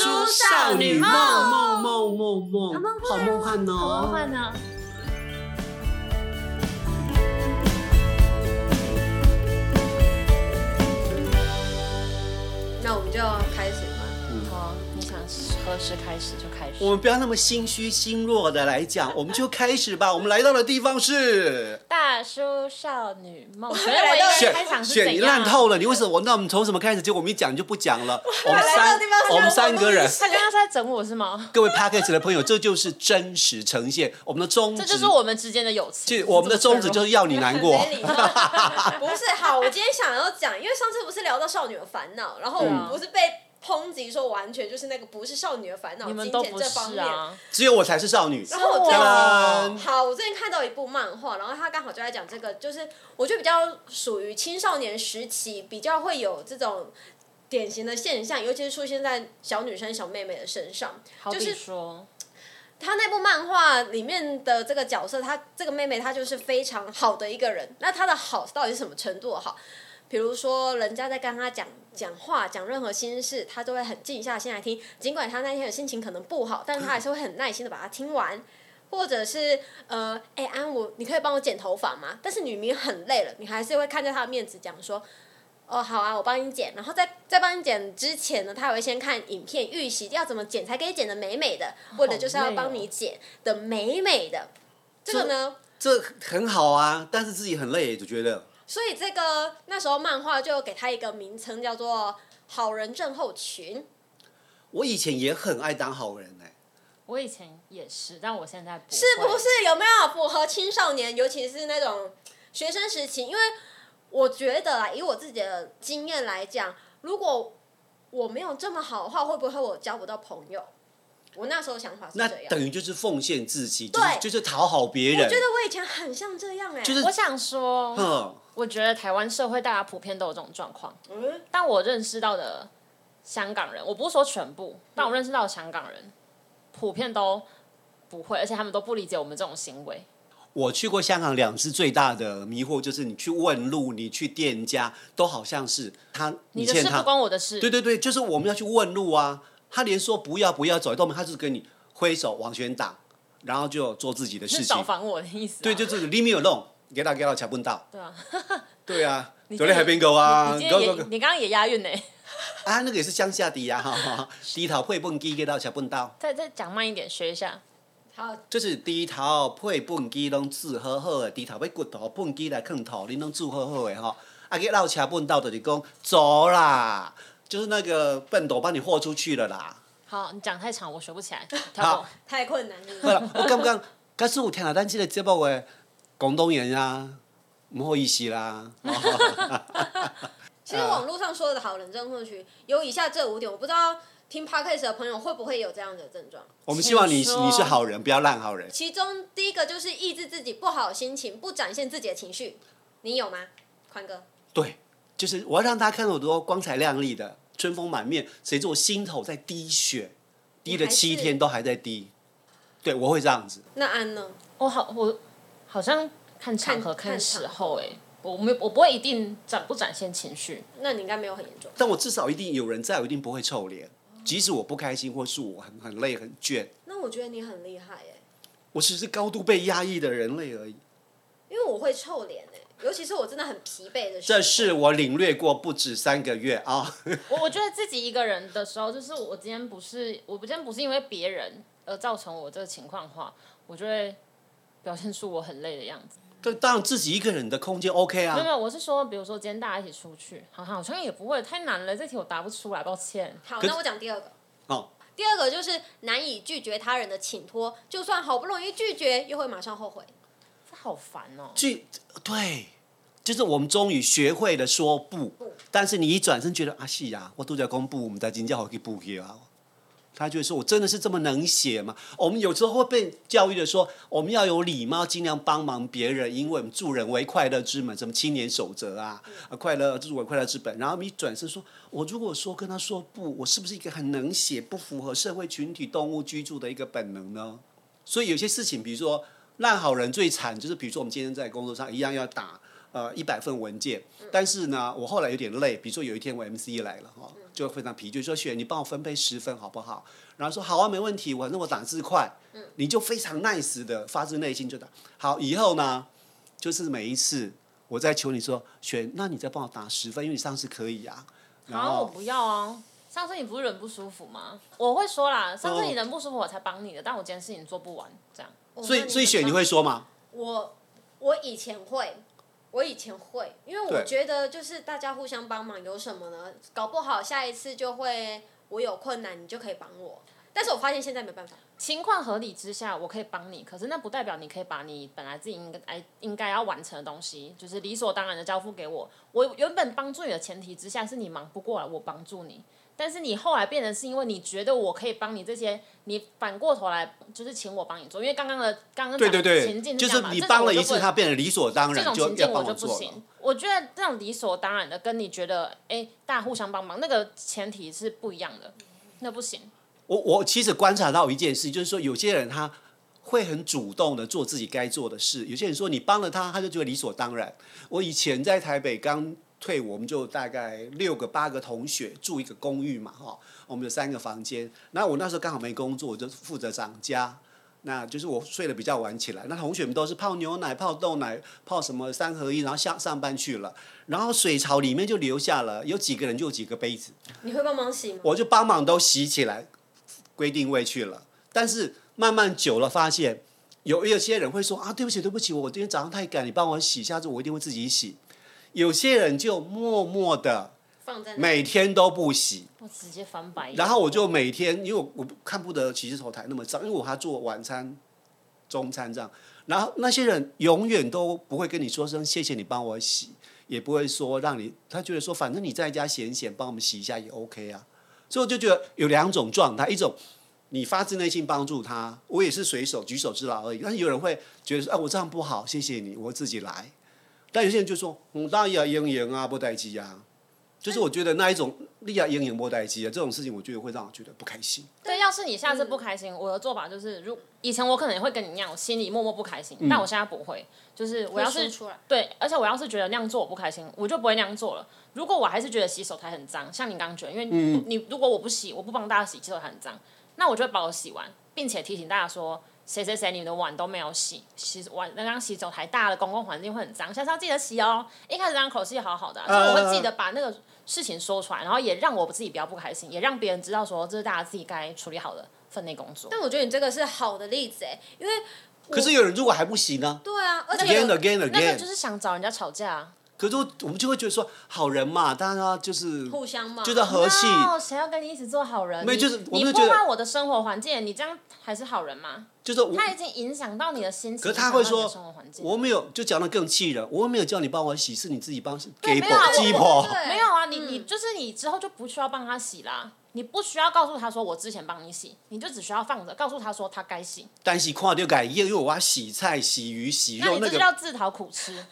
少女梦梦梦梦梦梦好梦幻好梦哦！幻呢？那我们就开始吧。好，你想何时开始就开始。我们不要那么心虚心弱的来讲，我们就开始吧。我们来到的地方是大叔少女梦，们可是我以为雪哎开场是雪怎你样啊烂？透了，你为什么？我那我们从什么开始？结果我们一讲你就不讲了。我们来到三的地方是我们三我个人，他刚刚是在整我是吗？各位 p a c k a g e 的朋友，这就是真实呈现。我们的宗旨，这就是我们之间的友情。就嗯我们的宗旨就是要你难过没。礼貌 不是好，我今天想要讲，因为上次不是聊到少女的烦恼，然后我嗯们不是被抨击说完全就是那个不是少女的烦恼，你们金都钱不这方是面。啊。只有我才是少女。然后我最是我近好，我最近看到一部漫画，然后他刚好就在讲这个，就是我觉得比较属于青少年时期，比较会有这种典型的现象，尤其是出现在小女生、小妹妹的身上，好就比是说，他那部漫画里面的这个角色，他这个妹妹她就是非常好的一个人。那她的好到底是什么程度的好？比如说，人家在跟她讲讲话、讲任何心事，她都会很静下心来听。尽管她那天的心情可能不好，但是她还是会很耐心的把它听完。或者是呃，哎、安我，你可以帮我剪头发吗？但是你明明很累了，你还是会看在她的面子讲说，哦，好啊，我帮你剪。然后在在帮你剪之前呢，他还会先看影片，预习要怎么剪才可以剪得美美的，或者就是要帮你剪的美美的。这个呢，这很好啊，但是自己很累，就觉得所以这个那时候漫画就给他一个名称叫做“好人症候群我以前也很爱当好人哎、我以前也是，但我现在不”，是不会是？有没有符合青少年，尤其是那种学生时期？因为我觉得啊，以我自己的经验来讲，如果我没有这么好的话，会不会我交不到朋友？我那时候想法是那这样。等于就是奉献自己，就对是就是讨好别我人觉。得我以前很像这样哎、就是我想说，嗯，我觉得台湾社会大家普遍都有这种状况，嗯，但我认识到的香港人，我不是说全嗯部，但我认识到的香港人普遍都不会，而且他们都不理解我们这种行为。我去过香港两次，最大的迷惑就是你去问路，你去店家，都好像是他你的欠事不他。关我的事，对对对，就是我们要去问路啊，他连说不要不要走到门，他就是跟你挥手往前挡，然后就做自己的是事情找。烦我的意思啊、对，就是 leave me alone，get out get out，抢不到。对啊，对啊，你走来海边狗啊 你今，go 天 go 也 go。你刚刚也押韵呢、啊，那个也是乡下的呀，哈哈，低头配蹦机给到小蹦到，再再讲慢一点，学一下。好，就是低头配蹦机拢煮好好的，低头要骨头蹦机来啃土，你拢煮好好的哈。啊，给绕车蹦到就是讲走啦，就是那个笨斗帮你豁出去了啦。好，你讲太长，我学不起来。跳过。太困难好了。啦，我感觉，假使有听下咱这个节目的广东人啊，唔好意思啦。 其实网络上说的好人症候群有以下这五点，我不知道听 podcast 的朋友会不会有这样的症状。我们希望你请说你是好人，不要烂好人。其中第一个就是抑制自己不好的心情，不展现自己的情绪，你有吗，宽哥？对，就是我要让大家看到我多光彩亮丽的、春风满面，谁知我心头在滴血，滴了七天都还在滴。对，我会这样子。那安呢？我好，我好像看场合看看时候、看哎，我没有我不会一定展不展现情绪，那你应该没有很严重。但我至少一定有人在，我一定不会臭脸。即使我不开心，或是我很很累、很倦，那我觉得你很厉害哎、我只是高度被压抑的人类而已。因为我会臭脸哎、尤其是我真的很疲惫的时候。这是我领略过不止三个月啊！ 我我觉得自己一个人的时候，就是我今天不是，我今天不是因为别人而造成我这个情况的话，我就会表现出我很累的样子。但当然自己一个人的空间 OK 没有没啊。有，我是说，比如说今天大家一起出去，好好像也不会太难了，这题我答不出来，抱歉。好，可是那我讲第二个。哦，第二个就是难以拒绝他人的请托，就算好不容易拒绝，又会马上后悔。这好烦哦、拒对，就是我们终于学会了说不，但是你一转身觉得啊是啊，我都在公布，我们在金教好去补给啊。他就会说：“我真的是这么能写吗？”我们有时候会被教育的说，我们要有礼貌，尽量帮忙别人，因为我们助人为快乐之本，什么青年守则啊，啊快乐助人为快乐之本。然后我们一转身说：“我如果说跟他说不，我是不是一个很能写、不符合社会群体动物居住的一个本能呢？”所以有些事情，比如说烂好人最惨，就是比如说我们今天在工作上一样要打。呃一百份文件，嗯但是呢，我后来有点累，比如说有一天我 MC 来了嗯哈，就非常疲倦，说雪你帮我分配十份好不好？然后说好啊，没问题，我那我打字快，嗯你就非常 nice 的发自内心就打好，以后呢，就是每一次我在求你说雪，那你再帮我打十分，因为你上次可以啊，然啊，我后不要啊！上次你不是人不舒服吗？我会说啦，上次哦你人不舒服我才帮你的，但我今天事情做不完，这样。哦所以所以雪你会说吗？我我以前会，我以前会，因为我对觉得就是大家互相帮忙有什么呢？搞不好下一次就会我有困难，你就可以帮我。但是我发现现在没办法，情况合理之下，我可以帮你，可是那不代表你可以把你本来自己应该哎应该要完成的东西，就是理所当然的交付给我。我原本帮助你的前提之下，是你忙不过来，我帮助你。但是你后来变成是因为你觉得我可以帮你这些，你反过头来就是请我帮你做，因为刚刚的刚刚对对讲的对，情境就是这是样嘛你这种帮我了就一次，不他变得理所当这然种就情要境我帮就不做了。行。我觉得这种理所当然的，跟你觉得哎、大家互相帮忙那个前提是不一样的，那不行。我我其实观察到一件事，就是说有些人他会很主动的做自己该做的事，有些人说你帮了他，他就觉得理所当然。我以前在台北刚退伍，我们就大概六个八个同学住一个公寓嘛，哈，我们有三个房间。那我那时候刚好没工作，我就负责掌家。那就是我睡得比较晚起来，那同学们都是泡牛奶、泡豆奶、泡什么三合一，然后下上班去了，然后水槽里面就留下了有几个人就有几个杯子，你会帮忙洗吗？我就帮忙都洗起来，归定位去了。但是慢慢久了，发现有有些人会说啊，对不起，对不起，我今天早上太赶，你帮我洗，下次我一定会自己洗。有些人就默默的放在那里每天都不洗，我直接翻白眼。然后我就每天，因为我我不看不得骑士头台那么脏，因为我还要做晚餐、中餐这样。然后那些人永远都不会跟你说声谢谢你帮我洗，也不会说让你，他觉得说反正你在家闲闲帮我们洗一下也 OK 啊。所以我就觉得有两种状态，一种你发自内心帮助他，我也是随手举手之劳而已。但是有人会觉得说，哎、我这样不好，谢谢你，我自己来。但有些人就说，嗯，大呀，英赢啊，不待机啊。就是我觉得那一种利亚英赢不待机啊，这种事情我觉得会让我觉得不开心。对，要是你下次不开心，我的做法就是，如以前我可能也会跟你一样，我心里默默不开心，但我现在不会，就是我要会说是出来对，而且我要是觉得那样做我不开心，我就不会那样做了。如果我还是觉得洗手台很脏，像你刚刚觉得，因为你,、你如果我不洗，我不帮大家洗洗手台很脏，那我就会把我洗完，并且提醒大家说。谁谁谁，你们的碗都没有洗，洗碗那刚洗手台大的公共环境会很脏，下次要记得洗哦。一开始当口气好好的啊、所以我会记得把那个事情说出来，然后也让我自己不要不开心，也让别人知道说这是大家自己该处理好的分内工作。但我觉得你这个是好的例子哎，因为可是有人如果还不行呢对啊，而且？Again, again, 那个就 again。是想找人家吵架啊，可是我我们就会觉得说，好人嘛，大家就是互相嘛，觉得和气。哦，谁要跟你一起做好人？没有你就是我你们就破觉得坏我的生活环境，你这样还是好人吗？就是我他已经影响到你的心情，可是他会影响到你的说生活环境我没有，就讲的更气人，我没有叫你帮我洗，是你自己帮给没有啊婆鸡我婆。对没有啊，你你就是你之后就不需要帮他洗啦，你不需要告诉他说我之前帮你洗，你就只需要放着，告诉他说他该洗，但是看就改因为我哎要洗菜、洗鱼、洗那肉你那这就个。叫自讨苦吃。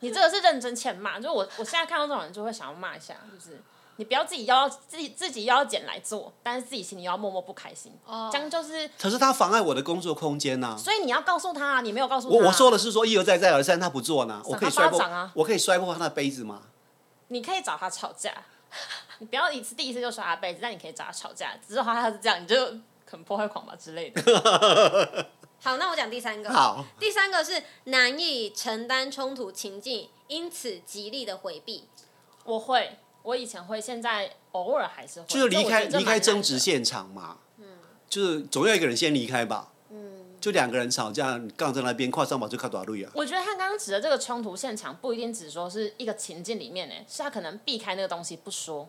你这个是认真欠骂，就是我我现在看到这种人就会想要骂一下，就是你不要自己要自己自己要捡来做，但是自己心里又要默默不开心，哦这样就是，可是他妨碍我的工作空间呐、所以你要告诉他啊，你没有告诉他啊、我我说的是说一而再再而三，他不做呢，我可以赏他摔巴破，掌啊我可以摔破他的杯子吗？你可以找他吵架， 你不要一次第一次就刷他杯子，但你可以找他吵架，之后他是这样，你就可能破坏狂吧之 类的。好，那我讲第三个。好，第三个是难以承担冲突情境，因此极力的回避。我会，我以前会，现在偶尔还是会，就是离开这我觉得离开蛮难的嗯争执现场嘛，就是总要一个人先离开吧，就两个人吵架杠在那边，跨上马就靠打路啊。我觉得他刚刚指的这个冲突现场，不一定只说是一个情境里面呢，是他可能避开那个东西不说，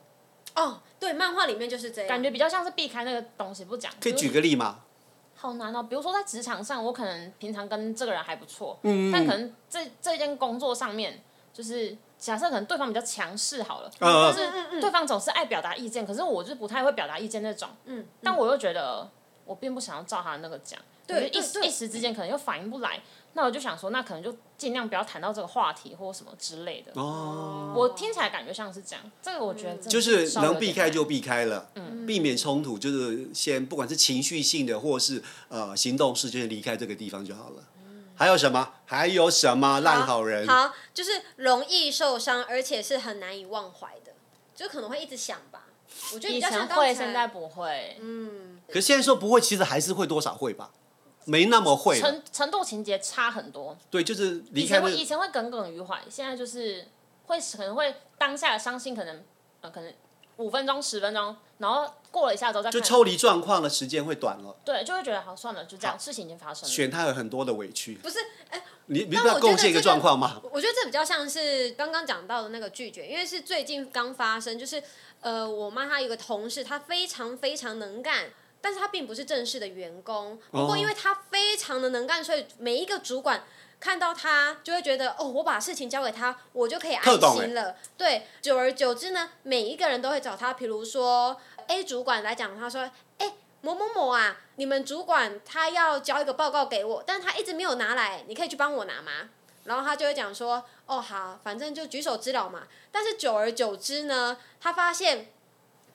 哦，对，漫画里面就是这样。感觉比较像是避开那个东西不讲。可以举比如个例吗？好难哦，比如说在职场上，我可能平常跟这个人还不错，嗯但可能这这件工作上面，就是假设可能对方比较强势好了，嗯但是对方总是爱表达意见，可是我就是不太会表达意见那种，嗯但我又觉得我并不想要照他那个讲，对我就一对时对一时之间可能又反应不来，那我就想说，那可能就尽量不要谈到这个话题或什么之类的。哦，我听起来感觉像是这样，这个我觉得嗯真的就是稍微有能避点嗯开难就避开了，避免冲突，嗯就是先不管是情绪性的或是呃行动式，就是离开这个地方就好了。还有什么？还有什么烂好人？好，就是容易受伤，而且是很难以忘怀的，就可能会一直想吧。我觉得以比较前像会，刚现在才，不会。嗯，可现在说不会，其实还是会多少会吧，没那么会了。程程度情节差很多，对，就是离以开前那会以前会耿耿于怀，现在就是会可能会当下的伤心，可能呃可能五分钟十分钟，然后过了一下之后再就看，抽离状况的时间会短了，对，就会觉得好算了，就这样，好事情已经发生了。选他有很多的委屈。不是，哎、你你那不要我觉贡得献一个这个状况吗？我觉得这比较像是刚刚讲到的那个拒绝，因为是最近刚发生，就是呃，我妈她有个同事，她非常非常能干。但是她并不是正式的员工，不过因哦为她非常的能干，所以每一个主管看到她就会觉得，哦，我把事情交给她，我就可以安特懂欸心了。对，久而久之呢，每一个人都会找她，比如说 A 主管来讲，他说，哎，某某某啊，你们主管他要交一个报告给我，但是他一直没有拿来，你可以去帮我拿吗？然后他就会讲说，哦好，反正就举手之劳嘛。但是久而久之呢，他发现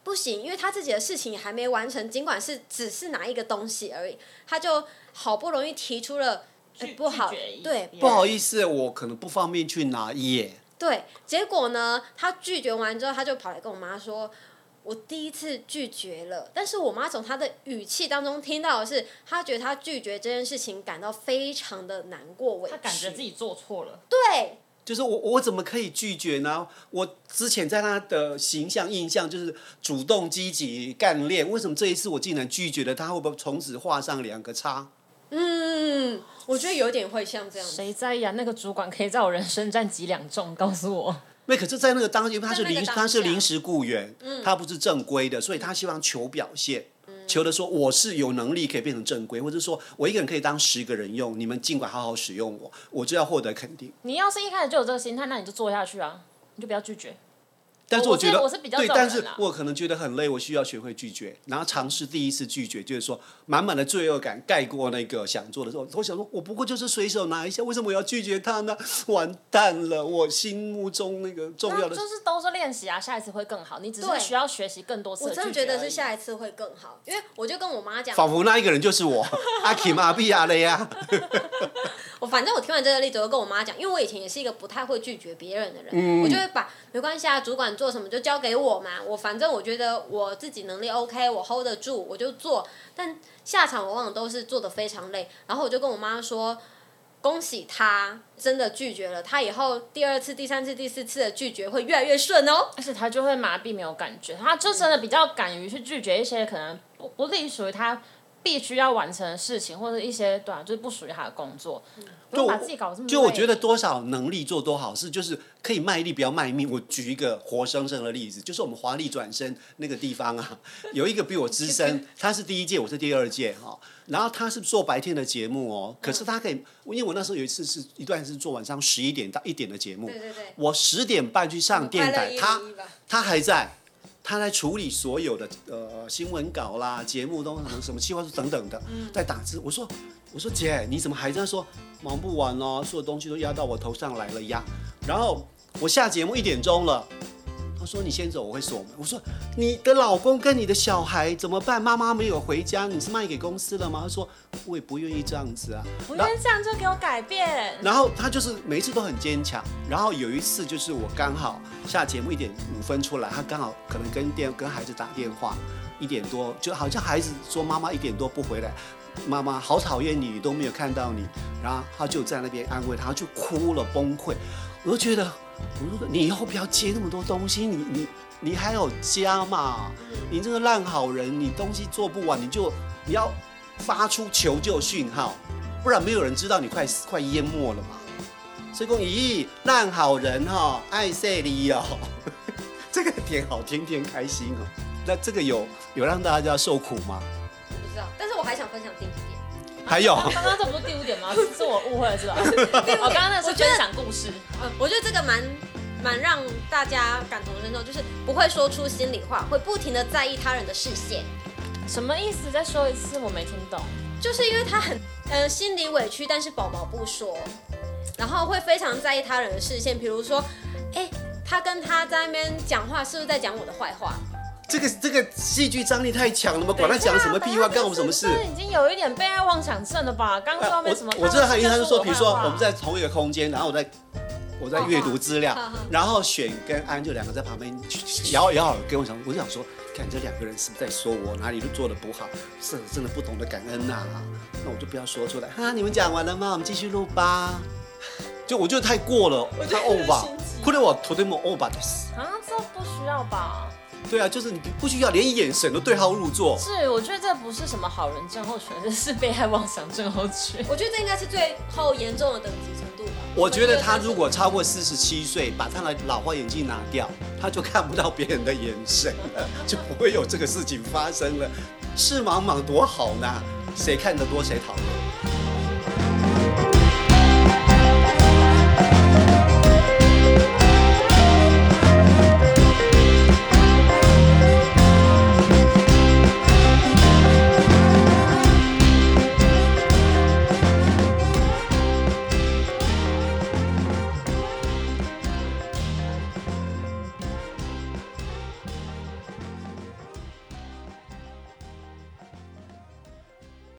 不行，因为他自己的事情也还没完成，尽管是只是拿一个东西而已，他就好不容易提出了，哎拒不好拒绝一，对别人不好意思，我可能不方便去拿耶。对，结果呢，他拒绝完之后，他就跑来跟我妈说。我第一次拒绝了，但是我妈从她的语气当中听到的是，她觉得她拒绝这件事情感到非常的难过委屈。他感觉自己做错了，对，就是我我怎么可以拒绝呢？我之前在他的形象印象就是主动积极干练，为什么这一次我竟然拒绝了他？会不会从此画上两个叉？嗯，我觉得有点会像这样子。谁在意啊？那个主管可以在我人生占几两重？告 诉我，那可是，在那个当因为他是在那个临当下嗯他是临时雇员，他不是正规的，所以他希望求表现，求的说我是有能力可以变成正规，或者说我一个人可以当十个人用，你们尽管好好使用我，我就要获得肯定。你要是一开始就有这个心态，那你就做下去啊，你就不要拒绝。但是我觉得我是我是比较对，这种但人是啦我可能觉得很累，我需要学会拒绝，然后尝试第一次拒绝，就是说满满的罪恶感盖过那个想做的时候，我想说，我不过就是随手拿一下，为什么我要拒绝他呢？完蛋了，我心目中那个重要那的就是都是练习啊，下一次会更好。你只是对需要学习更多次我的拒绝真而的已。啊觉得是下一次会更好，因为我就跟我妈讲，仿佛那一个人就是我，阿 Kim 阿 B 阿雷啊，我反正我听完这个例子，我就跟我妈讲，因为我以前也是一个不太会拒绝别人的人，嗯我就会把没关系啊，主管做什么就交给我嘛，我反正我觉得我自己能力 OK，我 hold 得住，我就做。但下场往往都是做的非常累，然后我就跟我妈说。恭喜她真的拒绝了，她以后第二次、第三次、第四次的拒绝会越来越顺哦。而且他就会麻痹，没有感觉，他就真的比较敢于去拒绝一些可能不不隶属于他必须要完成的事情，或者一些对、啊，就是不属于他的工作，不用把自己搞得这么就我累觉得多少能力做多少事，就是可以卖力不要卖命。我举一个活生生的例子，就是我们华丽转身那个地方啊，有一个比我资 深，他是第一届，我是第二届哈、然后他是做白天的节目哦，可是嗯他可以，因为我那时候有一次是一段是做晚上十一点到一点的节目， 对对对，我十点半去上电快乐台，一他零一吧他还在，他在处理所有的呃新闻稿啦、节目都什么什么计划书等等的，在打字。我说我说姐，你怎么还在说忙不完哦？所有东西都压到我头上来了呀。然后我下节目一点钟了。他说：“你先走，我会锁门。”我说：“你的老公跟你的小孩怎么办？妈妈没有回家，你是卖给公司了吗？”他说：“我也不愿意这样子啊。”不然后愿这样就给我 改变。然后他就是每一次都很坚强。然后有一次就是我刚好下节目一点五分出来，他刚好可能跟电跟孩子打电话，一点多就好像孩子说妈妈一点多不回来，妈妈好讨厌你，都没有看到你。然后他就在那边安慰他，他就哭了崩溃。我就觉得，我说你以后不要接那么多东西，你你你还有家嘛？你这个烂好人，你东西做不完，你就你要发出求救讯号，不然没有人知道你快死快淹没了嘛。所以讲，咦，烂好人哈、哦，爱塞你哦， 这个挺好，天天开心哦。那这个有有让大家受苦吗？我不知道，但是我还想分享第一点。还有，刚刚这不是第五点吗？是我误会 了是吧？我刚刚那是分享故事，呃，我觉得这个蛮蛮让大家感同身受，就是不会说出心里话，会不停的在意他人的视线，什么意思？再说一次，我没听懂。就是因为他很呃心里委屈，但是宝宝不说，然后会非常在意他人的视线，比如说，哎、他跟他在那边讲话，是不是在讲我的坏话？这个这个戏剧张力太强了嘛，管他讲什么屁话，干我们什么事？这已经有一点被爱妄想症了吧？刚刚说没什么，我我知道他的意思，他就是说，比如说我的我们在同一个空间，然后我在我在阅读资料嗯嗯嗯，然后选跟安就两个在旁边摇摇耳根，我想我就想说，看这两个人是不是在说我哪里都做的不好，是真的不懂得感恩呐、那我就不要说出来哈、你们讲完了吗？我们继续录吧。就我觉得太过了，太 over，或者我头对我 over です。话啊，这不需要吧？对啊，就是你不不需要连眼神都对号入座。是，我觉得这不是什么好人症候群，这是被害妄想症候群。我觉得这应该是最后严重的等级程度吧。我觉得他如果超过四十七岁，把他的老花眼镜拿掉，他就看不到别人的眼神了，就不会有这个事情发生了。视茫茫多好呢，谁看得多谁讨厌。